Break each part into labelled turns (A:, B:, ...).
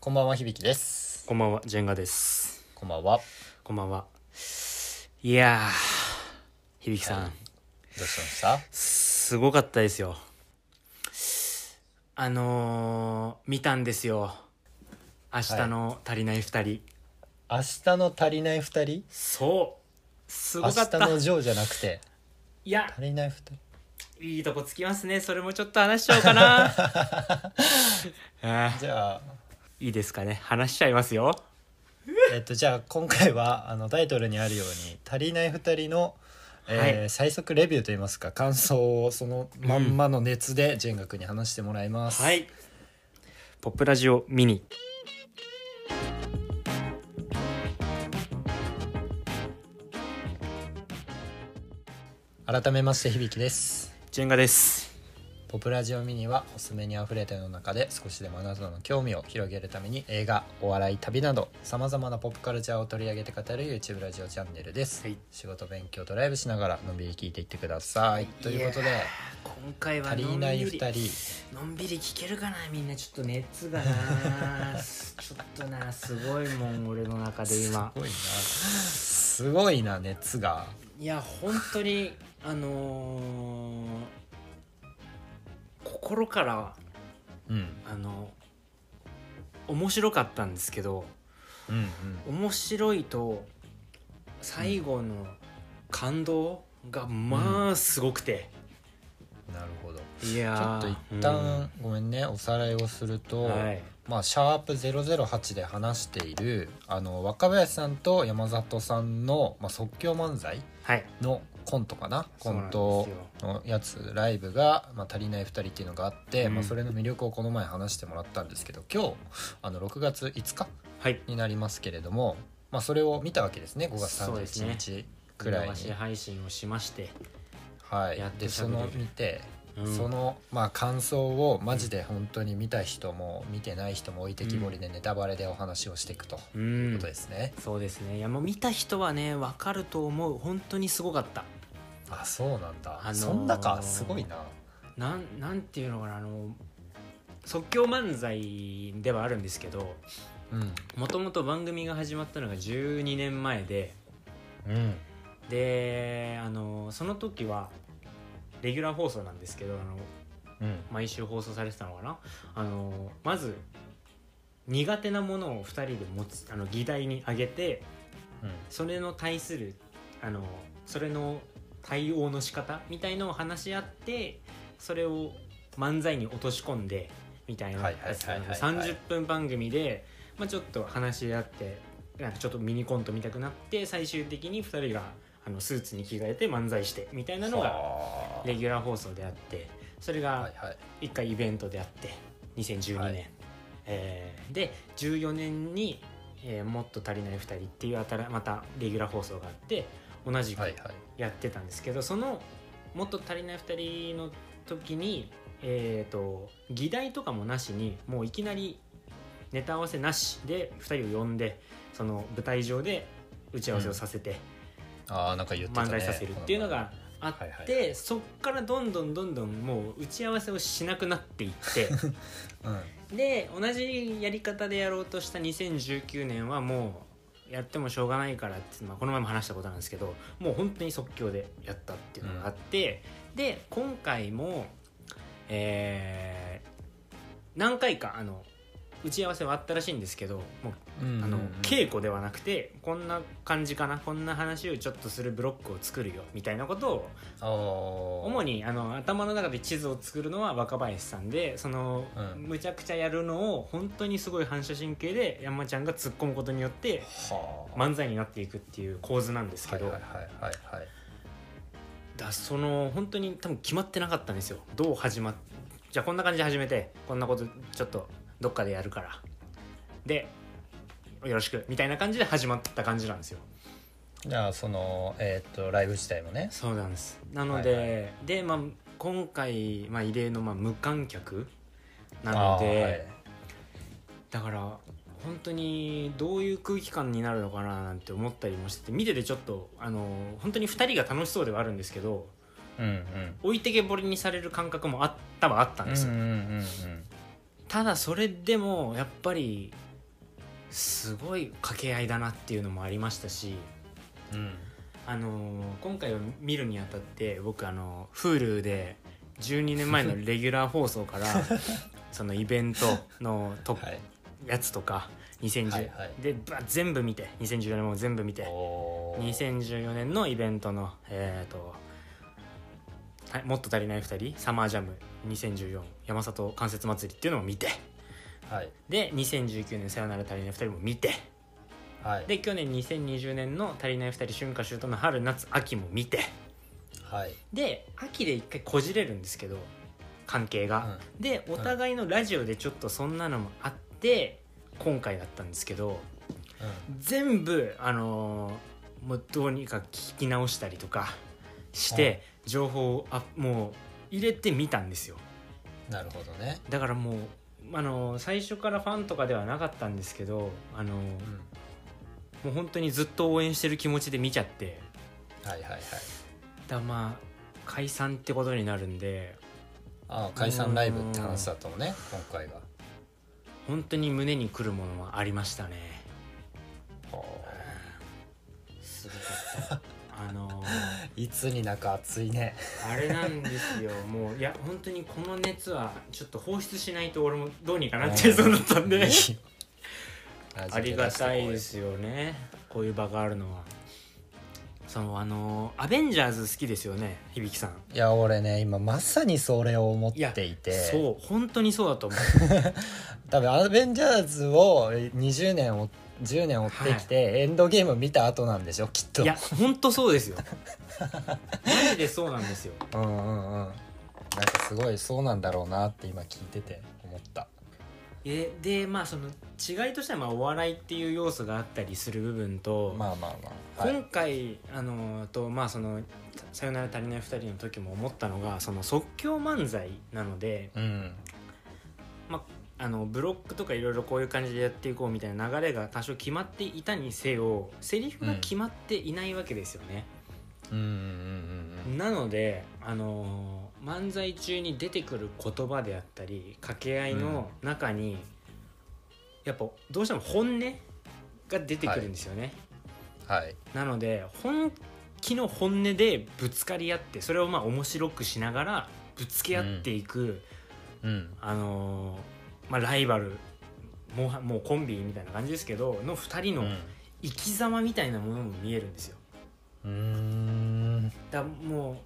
A: こんばんは響です
B: こんばんは、ジェンガです。
A: こんばんは
B: こんばんは。いやー、響さ
A: はい
B: ん、
A: どうしました
B: すごかったですよ。あのー、見たんですよ。明日の足りない二人、
A: 明日の足りない二人
B: そう。す
A: 明
B: ごかっ
A: 日
B: た。
A: のジョーじゃなくて
B: いや、
A: 足りない二人
B: いいとこつきますね。それもちょっと話しちゃおうか な。あー
A: じゃあ
B: いいですかね。話しちゃいますよ。
A: えっとじゃあ今回はあのタイトルにあるように足りない二人の、えー
B: は
A: 最速レビューといいますか感想をそのまんまの熱でジェンガ君に話してもらいます、
B: はい。ポップラジオミニ。
A: 改めまして響です
B: ジェンガです。
A: ポプラジオミニはおすすめにあふれた世の中で少しでもあなたの興味を広げるために映画お笑い旅などさまざまなポップカルチャーを取り上げて語る YouTube ラジオチャンネルです、
B: はい
A: 仕事勉強ドライブしながらのんびり聞いていってくださいということで
B: いやー今回は
A: 足りない2人
B: のんびり聞けるかなみんなちょっと熱がなちょっとなすごいもん俺の中で今
A: すごいなすごいな熱が
B: いや本当にあのー心から
A: うん
B: あの面白かったんですけど
A: うんうん
B: 面白いと最後の感動がまあすごくて、
A: なるほどち
B: いや
A: ょ
B: ー
A: っと一旦、ごめんねおさらいをする
B: う
A: と、
B: んはい
A: まあ、シャープ008で話しているあの若林さんと山里さんの、まあ、即興漫才
B: はい
A: のコントかなコント
B: そうなんですよ
A: のやつライブが「まあ、足りない2人」っていうのがあって、
B: うん
A: まあ、それの魅力をこの前話してもらったんですけど今日あの6月5日
B: はい
A: になりますけれども、まあ、それを見たわけですね5月
B: そうです
A: 31
B: ね
A: 日くらい
B: 見
A: に。
B: 逃し配信をしまして、
A: はい
B: やっ、と
A: で
B: 喋
A: その
B: れる
A: 見て
B: うん
A: そのまあ感想をマジで本当に見た人も見てない人も置いてきぼりでネタバレでお話をしていくと
B: う
A: いうんことですね。
B: そうですねいやもう見た人はね分かると思う本当にすごかった
A: あそうなんだ、
B: あのー
A: そんなかすごいな。
B: なんなんていうのかなあの即興漫才ではあるんですけど
A: うん
B: もともと番組が始まったのが12年前で
A: うん
B: であのその時はレギュラー放送なんですけどあの
A: うん
B: 毎週放送されてたのかなあのまず苦手なものを2人で持つあの議題に挙げてそれの対するあのそれの対応の仕方みたいのを話し合ってそれを漫才に落とし込んでみたいな
A: はい
B: や
A: はい
B: つ
A: はい
B: な
A: はい
B: ので30分番組で、まあ、ちょっと話し合ってなんかちょっとミニコント見たくなって最終的に2人があのスーツに着替えて漫才してみたいなのが
A: はあ
B: レギュラー放送であってそれが
A: はいはい
B: 1回イベントであって2012年、
A: はい
B: えーで14年に、えーもっと足りない2人」っていう新またレギュラー放送があって同じく
A: はいはい
B: やってたんですけど、その「もっと足りない2人」の時に、えー、と議題とかもなしにもういきなりネタ合わせなしで2人を呼んでその舞台上で打ち合わせをさせて、
A: あーなんか言ってたね
B: 漫才させるっていうのがあって、
A: はいはいは
B: そっからどんどんどんどんもう打ち合わせをしなくなっていって
A: うん
B: で同じやり方でやろうとした2019年はもうやってもしょうがないからって、まあ、この前も話したことなんですけどもう本当に即興でやったっていうのがあって、で今回もえー何回かあの打ち合わせはあったらしいんですけどもう
A: うん
B: あの稽
A: 稽
B: 古ではなくてこんな感じかなこんな話をちょっとするブロックを作るよみたいなことを
A: 古主
B: 主にあの頭の中で地図を作るのは若林さんでその、
A: うん
B: むちゃくちゃやるのを本当にすごい反射神経で山ちゃんが突っ込むことによって
A: はあ
B: 漫才になっていくっていう構図なんですけ
A: はい
B: ど、
A: はいはいはいはい
B: だその本当に多分決まってなかったんですよどう始まっじゃあこんな感じで始めてこんなことちょっとどっかでやるからでよろしくみたいな感じで始まった感じなんですよ
A: じゃあそのえーっとライブ自体もね
B: そうなんですなので、
A: はい
B: で、まあ、今回、まあ、異例の、まあ、無観客なので、だから本当にどういう空気感になるのかななんて思ったりもしてて見ててちょっとあの本当に2人が楽しそうではあるんですけど
A: あーはいうん
B: 置いてけぼりにされる感覚もあったはあったん
A: うんう
B: で
A: ん
B: す
A: う
B: よ、
A: んうんうん
B: ただそれでもやっぱりすごい掛け合いだなっていうのもありましたし
A: うん
B: あのー今回を見るにあたって僕あの Hulu で12年前のレギュラー放送からそのイベントのトップ
A: はい
B: やつとか2010、
A: はいはい
B: でば全部見て2014年も全部見て
A: おー
B: 2014年のイベントのえっ、とはいもっと足りない2人サマージャム2014山里関節祭りっていうのも見て
A: はい
B: で2019年さよなら足りない2人も見て
A: はい
B: で去年2020年の足りない2人春夏秋冬の春夏秋も見て
A: はい
B: で秋で一回こじれるんですけど関係が、でお互いのラジオでちょっとそんなのもあって今回だったんですけど
A: うん
B: 全部あのーもうどうにか聞き直したりとかして、
A: はい
B: 情報をあもう入れてみたんですよ
A: なるほどね
B: だからもうあのー最初からファンとかではなかったんですけどあのー
A: うん
B: もう本当にずっと応援してる気持ちで見ちゃって
A: はいはいはい
B: だまあ解散ってことになるんで
A: ああ解散ライブって話だったのね今回が
B: 本当に胸にくるものはありましたね
A: ほ
B: すごかった あのー
A: ういつになく熱いね
B: あれなんです よもういや本当にこの熱はちょっと放出しないと俺もどうにかなっちゃいそうだったんで ありがたいですよねこういう場があるのはそのあのーアベンジャーズ好きですよね響さん
A: いや俺ね今まさにそれを思っていて
B: そう本当にそうだと思う
A: 多分アベンジャーズを20年を10年追ってきて、エンドゲーム見た後なんでしょきっと
B: いや本当そうですよマジでそうなんですよ
A: うんうんうんなんかすごいそうなんだろうなって今聞いてて思った
B: えでまあその違いとしてはまあお笑いっていう要素があったりする部分と、
A: まあまあまあ、はい、
B: 今回あのとまあその「さよなら足りない2人」の時も思ったのがその即興漫才なので、
A: うん
B: まあ、あのブロックとかいろいろこういう感じでやっていこうみたいな流れが多少決まっていたにせよセリフが決まっていないわけですよね。
A: うんうんうん
B: なのであの漫才中に出てくる言葉であったり掛け合いの中に、やっぱどうしても本音が出てくるんですよね、
A: うんはい
B: なので本気の本音でぶつかり合ってそれをまあ面白くしながらぶつけ合っていく、
A: うん
B: あのーまあ、ライバルもはもうコンビみたいな感じですけどの2人
A: う
B: の
A: ん
B: 生き様みたいなものも見えるんですよ。
A: うーん
B: だもう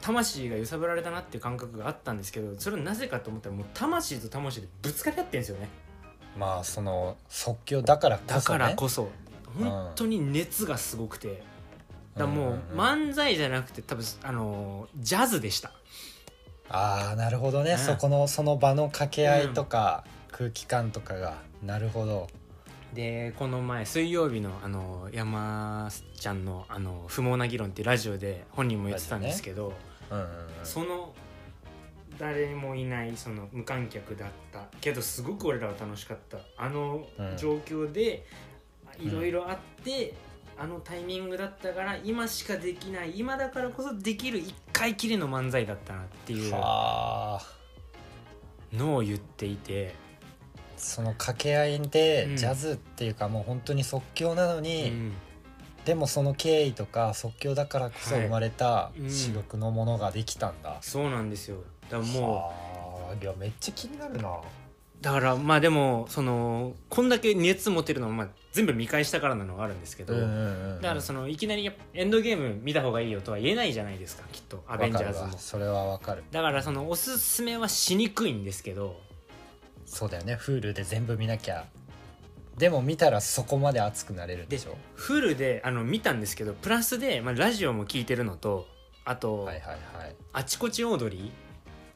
B: 魂が揺さぶられたなっていう感覚があったんですけどそれはなぜかと思ったらもう魂と魂でぶつかり合ってるんですよね
A: まあその即興だからこそ、ね、
B: だからこそ
A: うん
B: 本当に熱がすごくてだもう
A: あ
B: 漫才じゃなくて多分あのージャズでした
A: あーなるほどね、
B: うん
A: そこのその場の掛け合いとか、空気感とかがなるほど
B: でこの前水曜日のあのー山ちゃんのあのー不毛な議論」ってラジオで本人も言ってたんですけど、
A: うんうんうん
B: その誰もいないその無観客だったけどすごく俺らは楽しかったあの
A: うん
B: 状況で
A: ん
B: いろいろあって、あのタイミングだったから今しかできない今だからこそできる一回きりの漫才だったなっていう
A: はあ
B: のを言っていて、
A: その掛け合いで、
B: うん
A: ジャズっていうかもう本当に即興なの
B: う
A: に、
B: ん
A: でもその経緯とか即興だからこそ
B: はい
A: 生まれた
B: うん
A: 主力のものができたんだ、
B: そうなんですよだからも
A: はあいやめっちゃ気になるな
B: うだからまあでもそのこんだけ熱持てるのは、まあ、全部見返したからなのがあるんですけど、だからそのいきなりやっぱエンドゲーム見た方がいいよとは言えないじゃないですかきっとア
A: ア
B: ベンジャーズも
A: それはわかる
B: だからそのおすすめはしにくいんですけど
A: そうだよね Hulu で全部見なきゃでも見たらそこまで熱くなれるでしょ
B: フルであの見たんですけどプラスで、まあ、ラジオも聞いてるのとあと、
A: はいはいはい
B: あちこちオードリー」っ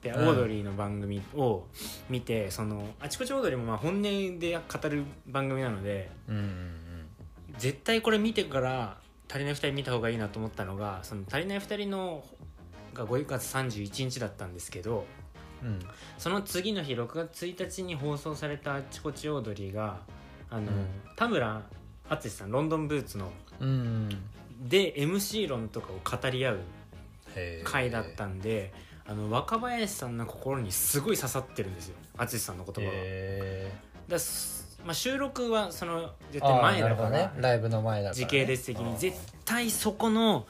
B: て、
A: うん
B: オードリーの番組を見てそのあちこちオードリーもまあ本音で語る番組なので
A: うんうんうん
B: 絶対これ見てから「足りない2人」見た方がいいなと思ったのが「その足りない2人の」が5月31日だったんですけど
A: うん
B: その次の日6月1日に放送された「あちこちオードリーが」あの、
A: うん
B: 田村淳さんロンドンブーツの
A: うんうん
B: で MC 論とかを語り合う
A: へえ
B: 回だったんで、あの若林さんの心にすごい刺さってるんですよ淳さんの言葉が。
A: へえ
B: だすまあ、収録はその絶対
A: ああ
B: 前
A: な
B: だ
A: る
B: か
A: ほ
B: ら
A: どねライブの前だから、ね、
B: 時系列的に絶対そこの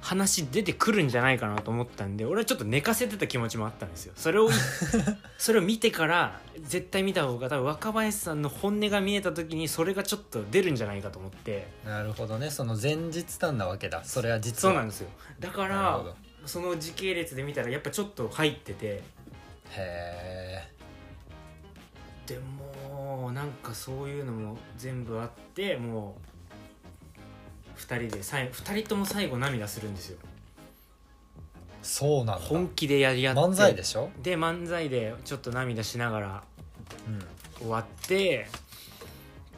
B: 話出てくるんじゃないかなと思ったんで俺はちょっと寝かせてた気持ちもあったんですよそれをそれを見てから絶対見た方が多分若林さんの本音が見えた時にそれがちょっと出るんじゃないかと思って
A: ああなるほどねその前日なんだわけだそれは実
B: そう
A: は
B: なんですよだ
A: な
B: か
A: るほ
B: ら
A: ど
B: その時系列で見たらやっぱちょっと入ってて
A: へ
B: でもなんかそういうのも全部あってもう2人で最後2人とも最後涙するんですよ
A: えそうなんだ
B: 本気でやり合って
A: 漫才でしょ、
B: で漫才でちょっと涙しながら
A: うん、
B: 終わって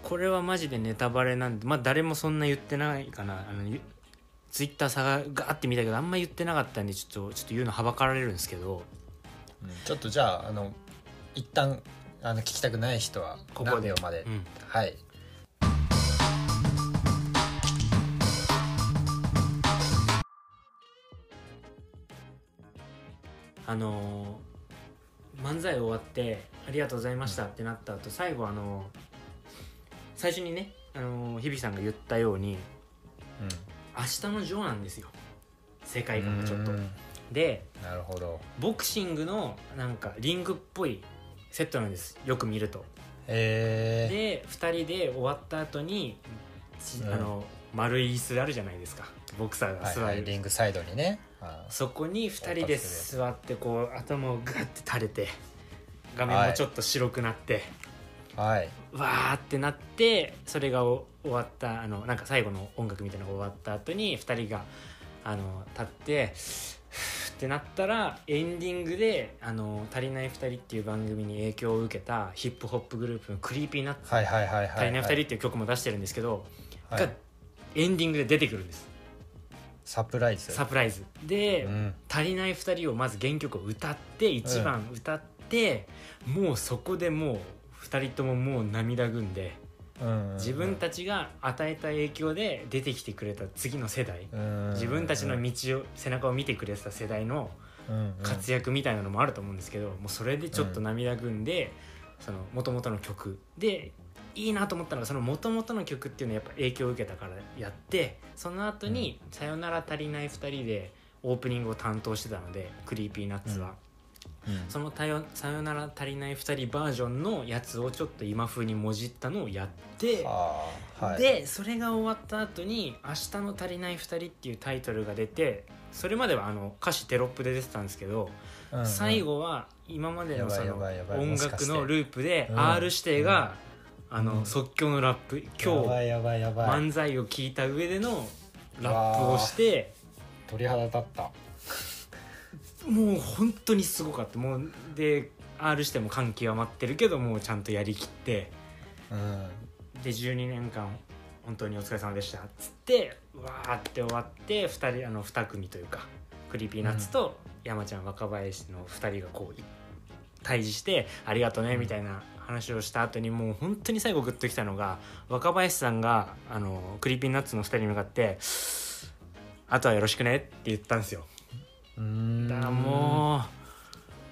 B: これはマジでネタバレなんでまあ誰もそんな言ってないかなあのゆツイッターさがガーって見たけどあんま言ってなかったんでちょっとちょっと言うのはばかられるんですけど
A: ちょっとじゃああの一旦あの聞きたくない人は
B: ここ
A: 何
B: で
A: 秒まで、
B: うん
A: はい
B: あのー漫才終わって「ありがとうございました」ってなった後最後あのー最初にね、あのー響さんが言ったように明日のジョーなんですよ世
A: う
B: 界観
A: ん
B: がちょっと
A: う。ん
B: で
A: なるほど
B: ボクシングのなんかリングっぽいセットなんですよく見ると
A: え
B: で2人で終わった後に、ち
A: うん
B: あの丸い椅子あるじゃないですかボクサ
A: ー
B: ーが座る、
A: はいはい、リングサイドにねあー
B: そこに2人で座ってこう頭をグッて垂れて画面もちょっと白くなって、
A: はい
B: わーってなってそれがお終わったあのなんか最後の音楽みたいなのが終わった後に2人があの立ってふーってなったらエンディングで「あの足りない2人」っていう番組に影響を受けたヒップホップグループの「クリーピーナッツ」
A: はいはいはいはい
B: 足りない2人」っていう曲も出してるんですけど、
A: はい
B: がエンディングで出てくるんです
A: サプライズ
B: サプライズで、
A: うん
B: 足りない2人をまず原曲を歌って1番歌って、もうそこでもう2人とももう涙ぐんで。
A: うんうん
B: 自分たちが与えた影響で出てきてくれた次の世代
A: うん
B: 自分たちの道を背中を見てくれた世代の活躍みたいなのもあると思うんですけどもうそれでちょっと涙ぐんでその元々の曲でいいなと思ったのがその元々の曲っていうのはやっぱ影響を受けたからやってその後に「さよなら足りない2人」でオープニングを担当してたのでクリーピーナッツは。
A: うんうん
B: そのたよ「さよなら足りない2人」バージョンのやつをちょっと今風にもじったのをやって。
A: あーはい
B: でそれが終わった後に「明日の足りない2人」っていうタイトルが出てそれまではあの歌詞テロップで出てたんですけど、
A: うんうん
B: 最後は今までのそ
A: や
B: の
A: ばいやばいやばい
B: 音
A: もしか
B: 楽
A: して
B: のループで
A: うん
B: R 指定が、あの
A: うん
B: 即興のラップ
A: やば
B: 今日
A: いやばいやばい
B: 漫才を聞いた上でのラップをして
A: 鳥肌立った
B: もう本当にすごかったもうで R 指定も感極まってるけどもうちゃんとやりきって。
A: うん
B: で12年間本当にお疲れ様でしたっつってわーって終わって2人あの2組というかクリーピーナッツと山ちゃん若林の2人がこうい対峙して「ありがとうね」みたいな話をした後にもう本当に最後グッときたのが若林さんがあのクリーピーナッツの2人に向かって「あとはよろしくね」って言ったんですよ。
A: うーん
B: だからもう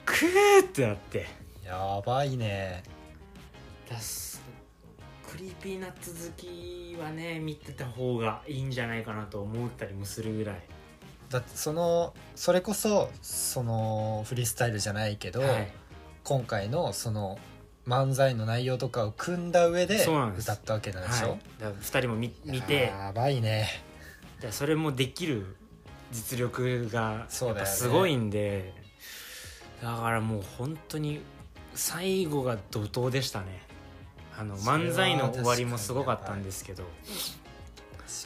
B: クーってなって。
A: やばいね
B: だすクリーピーナッツ好きはね見てた方がいいんじゃないかなと思ったりもするぐらい
A: だってそのそれこそそのフリースタイルじゃないけど、
B: はい
A: 今回のその漫才の内容とかを組んだ上で
B: そうなんです
A: 歌ったわけなんでし
B: は
A: ょ、
B: い、だ2人も見見て
A: やばいね
B: だそれもできる実力が
A: そうだよね
B: やっぱすごいんでだ,、からもう本当に最後が怒涛でしたねあの
A: それは
B: 漫才の終わりもすごかったんですけど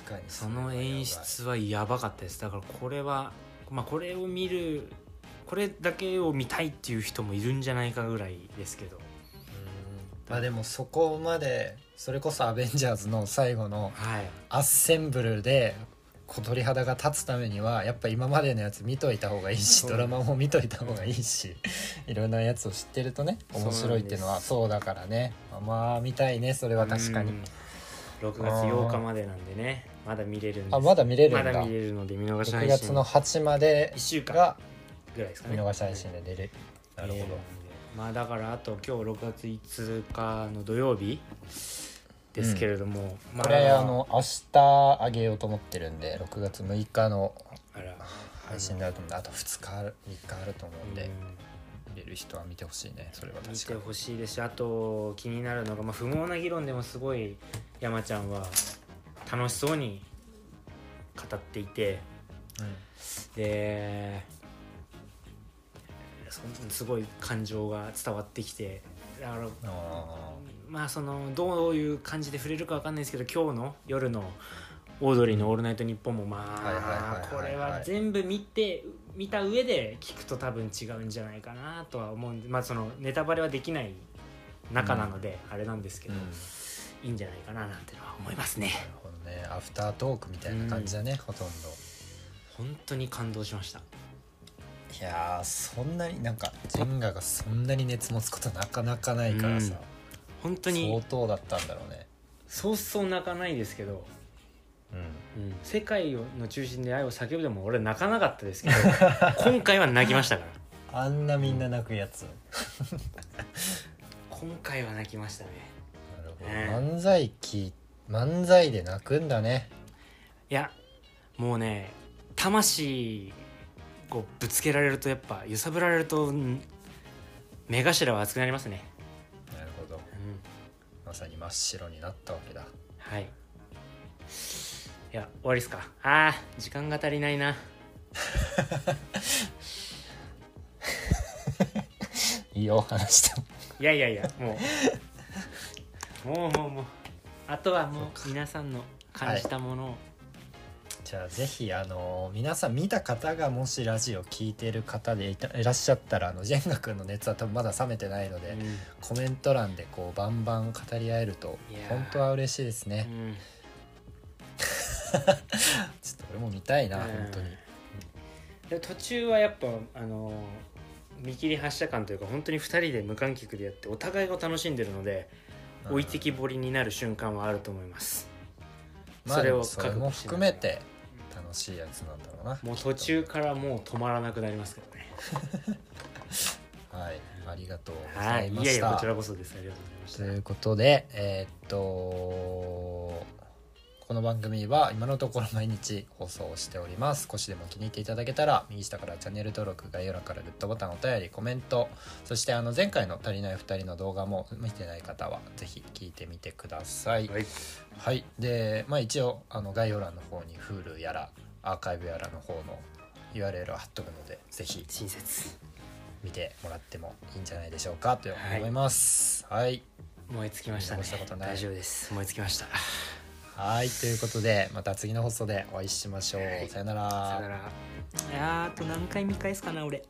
A: 確かに
B: その演出はやばかったですだからこれは、まあ、これを見るこれだけを見たいっていう人もいるんじゃないかぐらいですけど
A: うんまあでもそこまでそれこそ「アベンジャーズ」の最後の
B: はい
A: アッセンブルで小鳥肌が立つためにはやっぱ今までのやつ見といた方がいいし
B: そう
A: ドラマも見といた方がいいし いろんなやつを知ってるとね面白いっていうのはそうだからねまあ見たいねそれは確か
B: う
A: に
B: ん6月8日までなんでねまだ見れるんです
A: あまだ見れるん
B: ま
A: だ
B: だ見れるので見逃し
A: 6
B: 配
A: 月
B: 信
A: の8まで
B: 1週間
A: が
B: ぐらいですかね
A: 見逃し配信で出る、
B: うん
A: なるほど
B: 見れるんでまあだからあと今日6月5日の土曜日ですけれども、ま
A: これあの明日あげようと思ってるんで6月6日の
B: あら
A: 配信であると思うんであと2日ある3日あると思うん
B: う
A: で
B: ん
A: 見れる人は見てほしいねそれは
B: 見
A: 確か
B: て
A: に
B: ほしいですしあと気になるのが、まあ、不毛な議論でもすごい山ちゃんは楽しそうに語っていてでそすごい感情が伝わってきてだから
A: うんあ
B: まあそのどういう感じで触れるかわかんないですけど今日の夜のオードリーの「オールナイトニッポン」も
A: はいはいはい
B: まあ
A: はい
B: こ
A: はい
B: れは全部見て見た上で聞くと多分違うんじゃないかなとは思うんでまあそのネタバレはできない中なのであれなんですけ
A: ーう
B: ど、
A: ん
B: いいんじゃないかななんてのは思いますね
A: なるほどねアフタートークみたいな感じだね、ほとんど
B: 本当に感動しました
A: いやーそんなになんかジェンガがそんなに熱持つことなかなかないからさ、
B: 本当に
A: 相当だったんだろうね
B: そうそう泣かないですけど、
A: うん
B: うん世界をの中心で愛を叫ぶでも俺泣かなかったで すけど今回は泣きましたから
A: あんなみんな泣くやつ、
B: 今回は泣きましたね
A: なるほど
B: ね
A: 漫才聞い漫才で泣くんだね
B: いやもうね魂をぶつけられるとやっぱ揺さぶられるとうん目頭は熱くなりますね、
A: なるほど
B: うん、
A: まさに真っ白になったわけだ
B: はいいや終わりっすかあー時間が足りないない
A: いよ話しても
B: いやいやいやもうもうもうもうあとはもう皆さんの感じたものを、
A: じゃあぜひあの皆さん見た方がもしラジオ聞いてる方でいたいらっしゃったらあのジェンガ君の熱は多分まだ冷めてないので、
B: うん
A: コメント欄でこうバンバン語り合えると
B: いやー
A: 本当は嬉しいですね、
B: うん
A: ちょっと俺も見たいな、
B: うん
A: 本当に
B: でも途中はやっぱあのー見切り発車感というか本当に2人で無観客でやってお互いを楽しんでるので
A: うん
B: 置いてきぼりになる瞬間はあると思います
A: まあ
B: それ
A: で
B: を
A: もそれも
B: 覚悟しな
A: 含
B: がら
A: めて楽しいやつなんだろうな
B: もう途中からもう止まらなくなりますけどね
A: はいありがとうご
B: は
A: ざ
B: い
A: い
B: い
A: ま
B: やい
A: し
B: や
A: た、
B: こちらこそですありがとうご
A: と
B: ざいま
A: い
B: し
A: うことでえーっとこの番組は今のところ毎日放送をしております少しでも気に入っていただけたら右下からチャンネル登録概要欄からグッドボタンお便りコメントそしてあの前回の足りない2人の動画も見てない方はぜひ聞いてみてください
B: たはい
A: はい、で、まあ、一応あの概要欄の方に Hulu やらアーカイブやらの方の URL を貼っとくのでぜひ
B: 親切
A: 見てもらってもいいんじゃないでしょうかと思います。はい、
B: 燃え尽きましたね
A: 見逃したことない
B: 大丈夫です燃え尽きました
A: はいということでまた次の放送でお会いしましょう。
B: はい
A: さよな
B: さ
A: ら
B: よな。らいやーあと何回見返すかな俺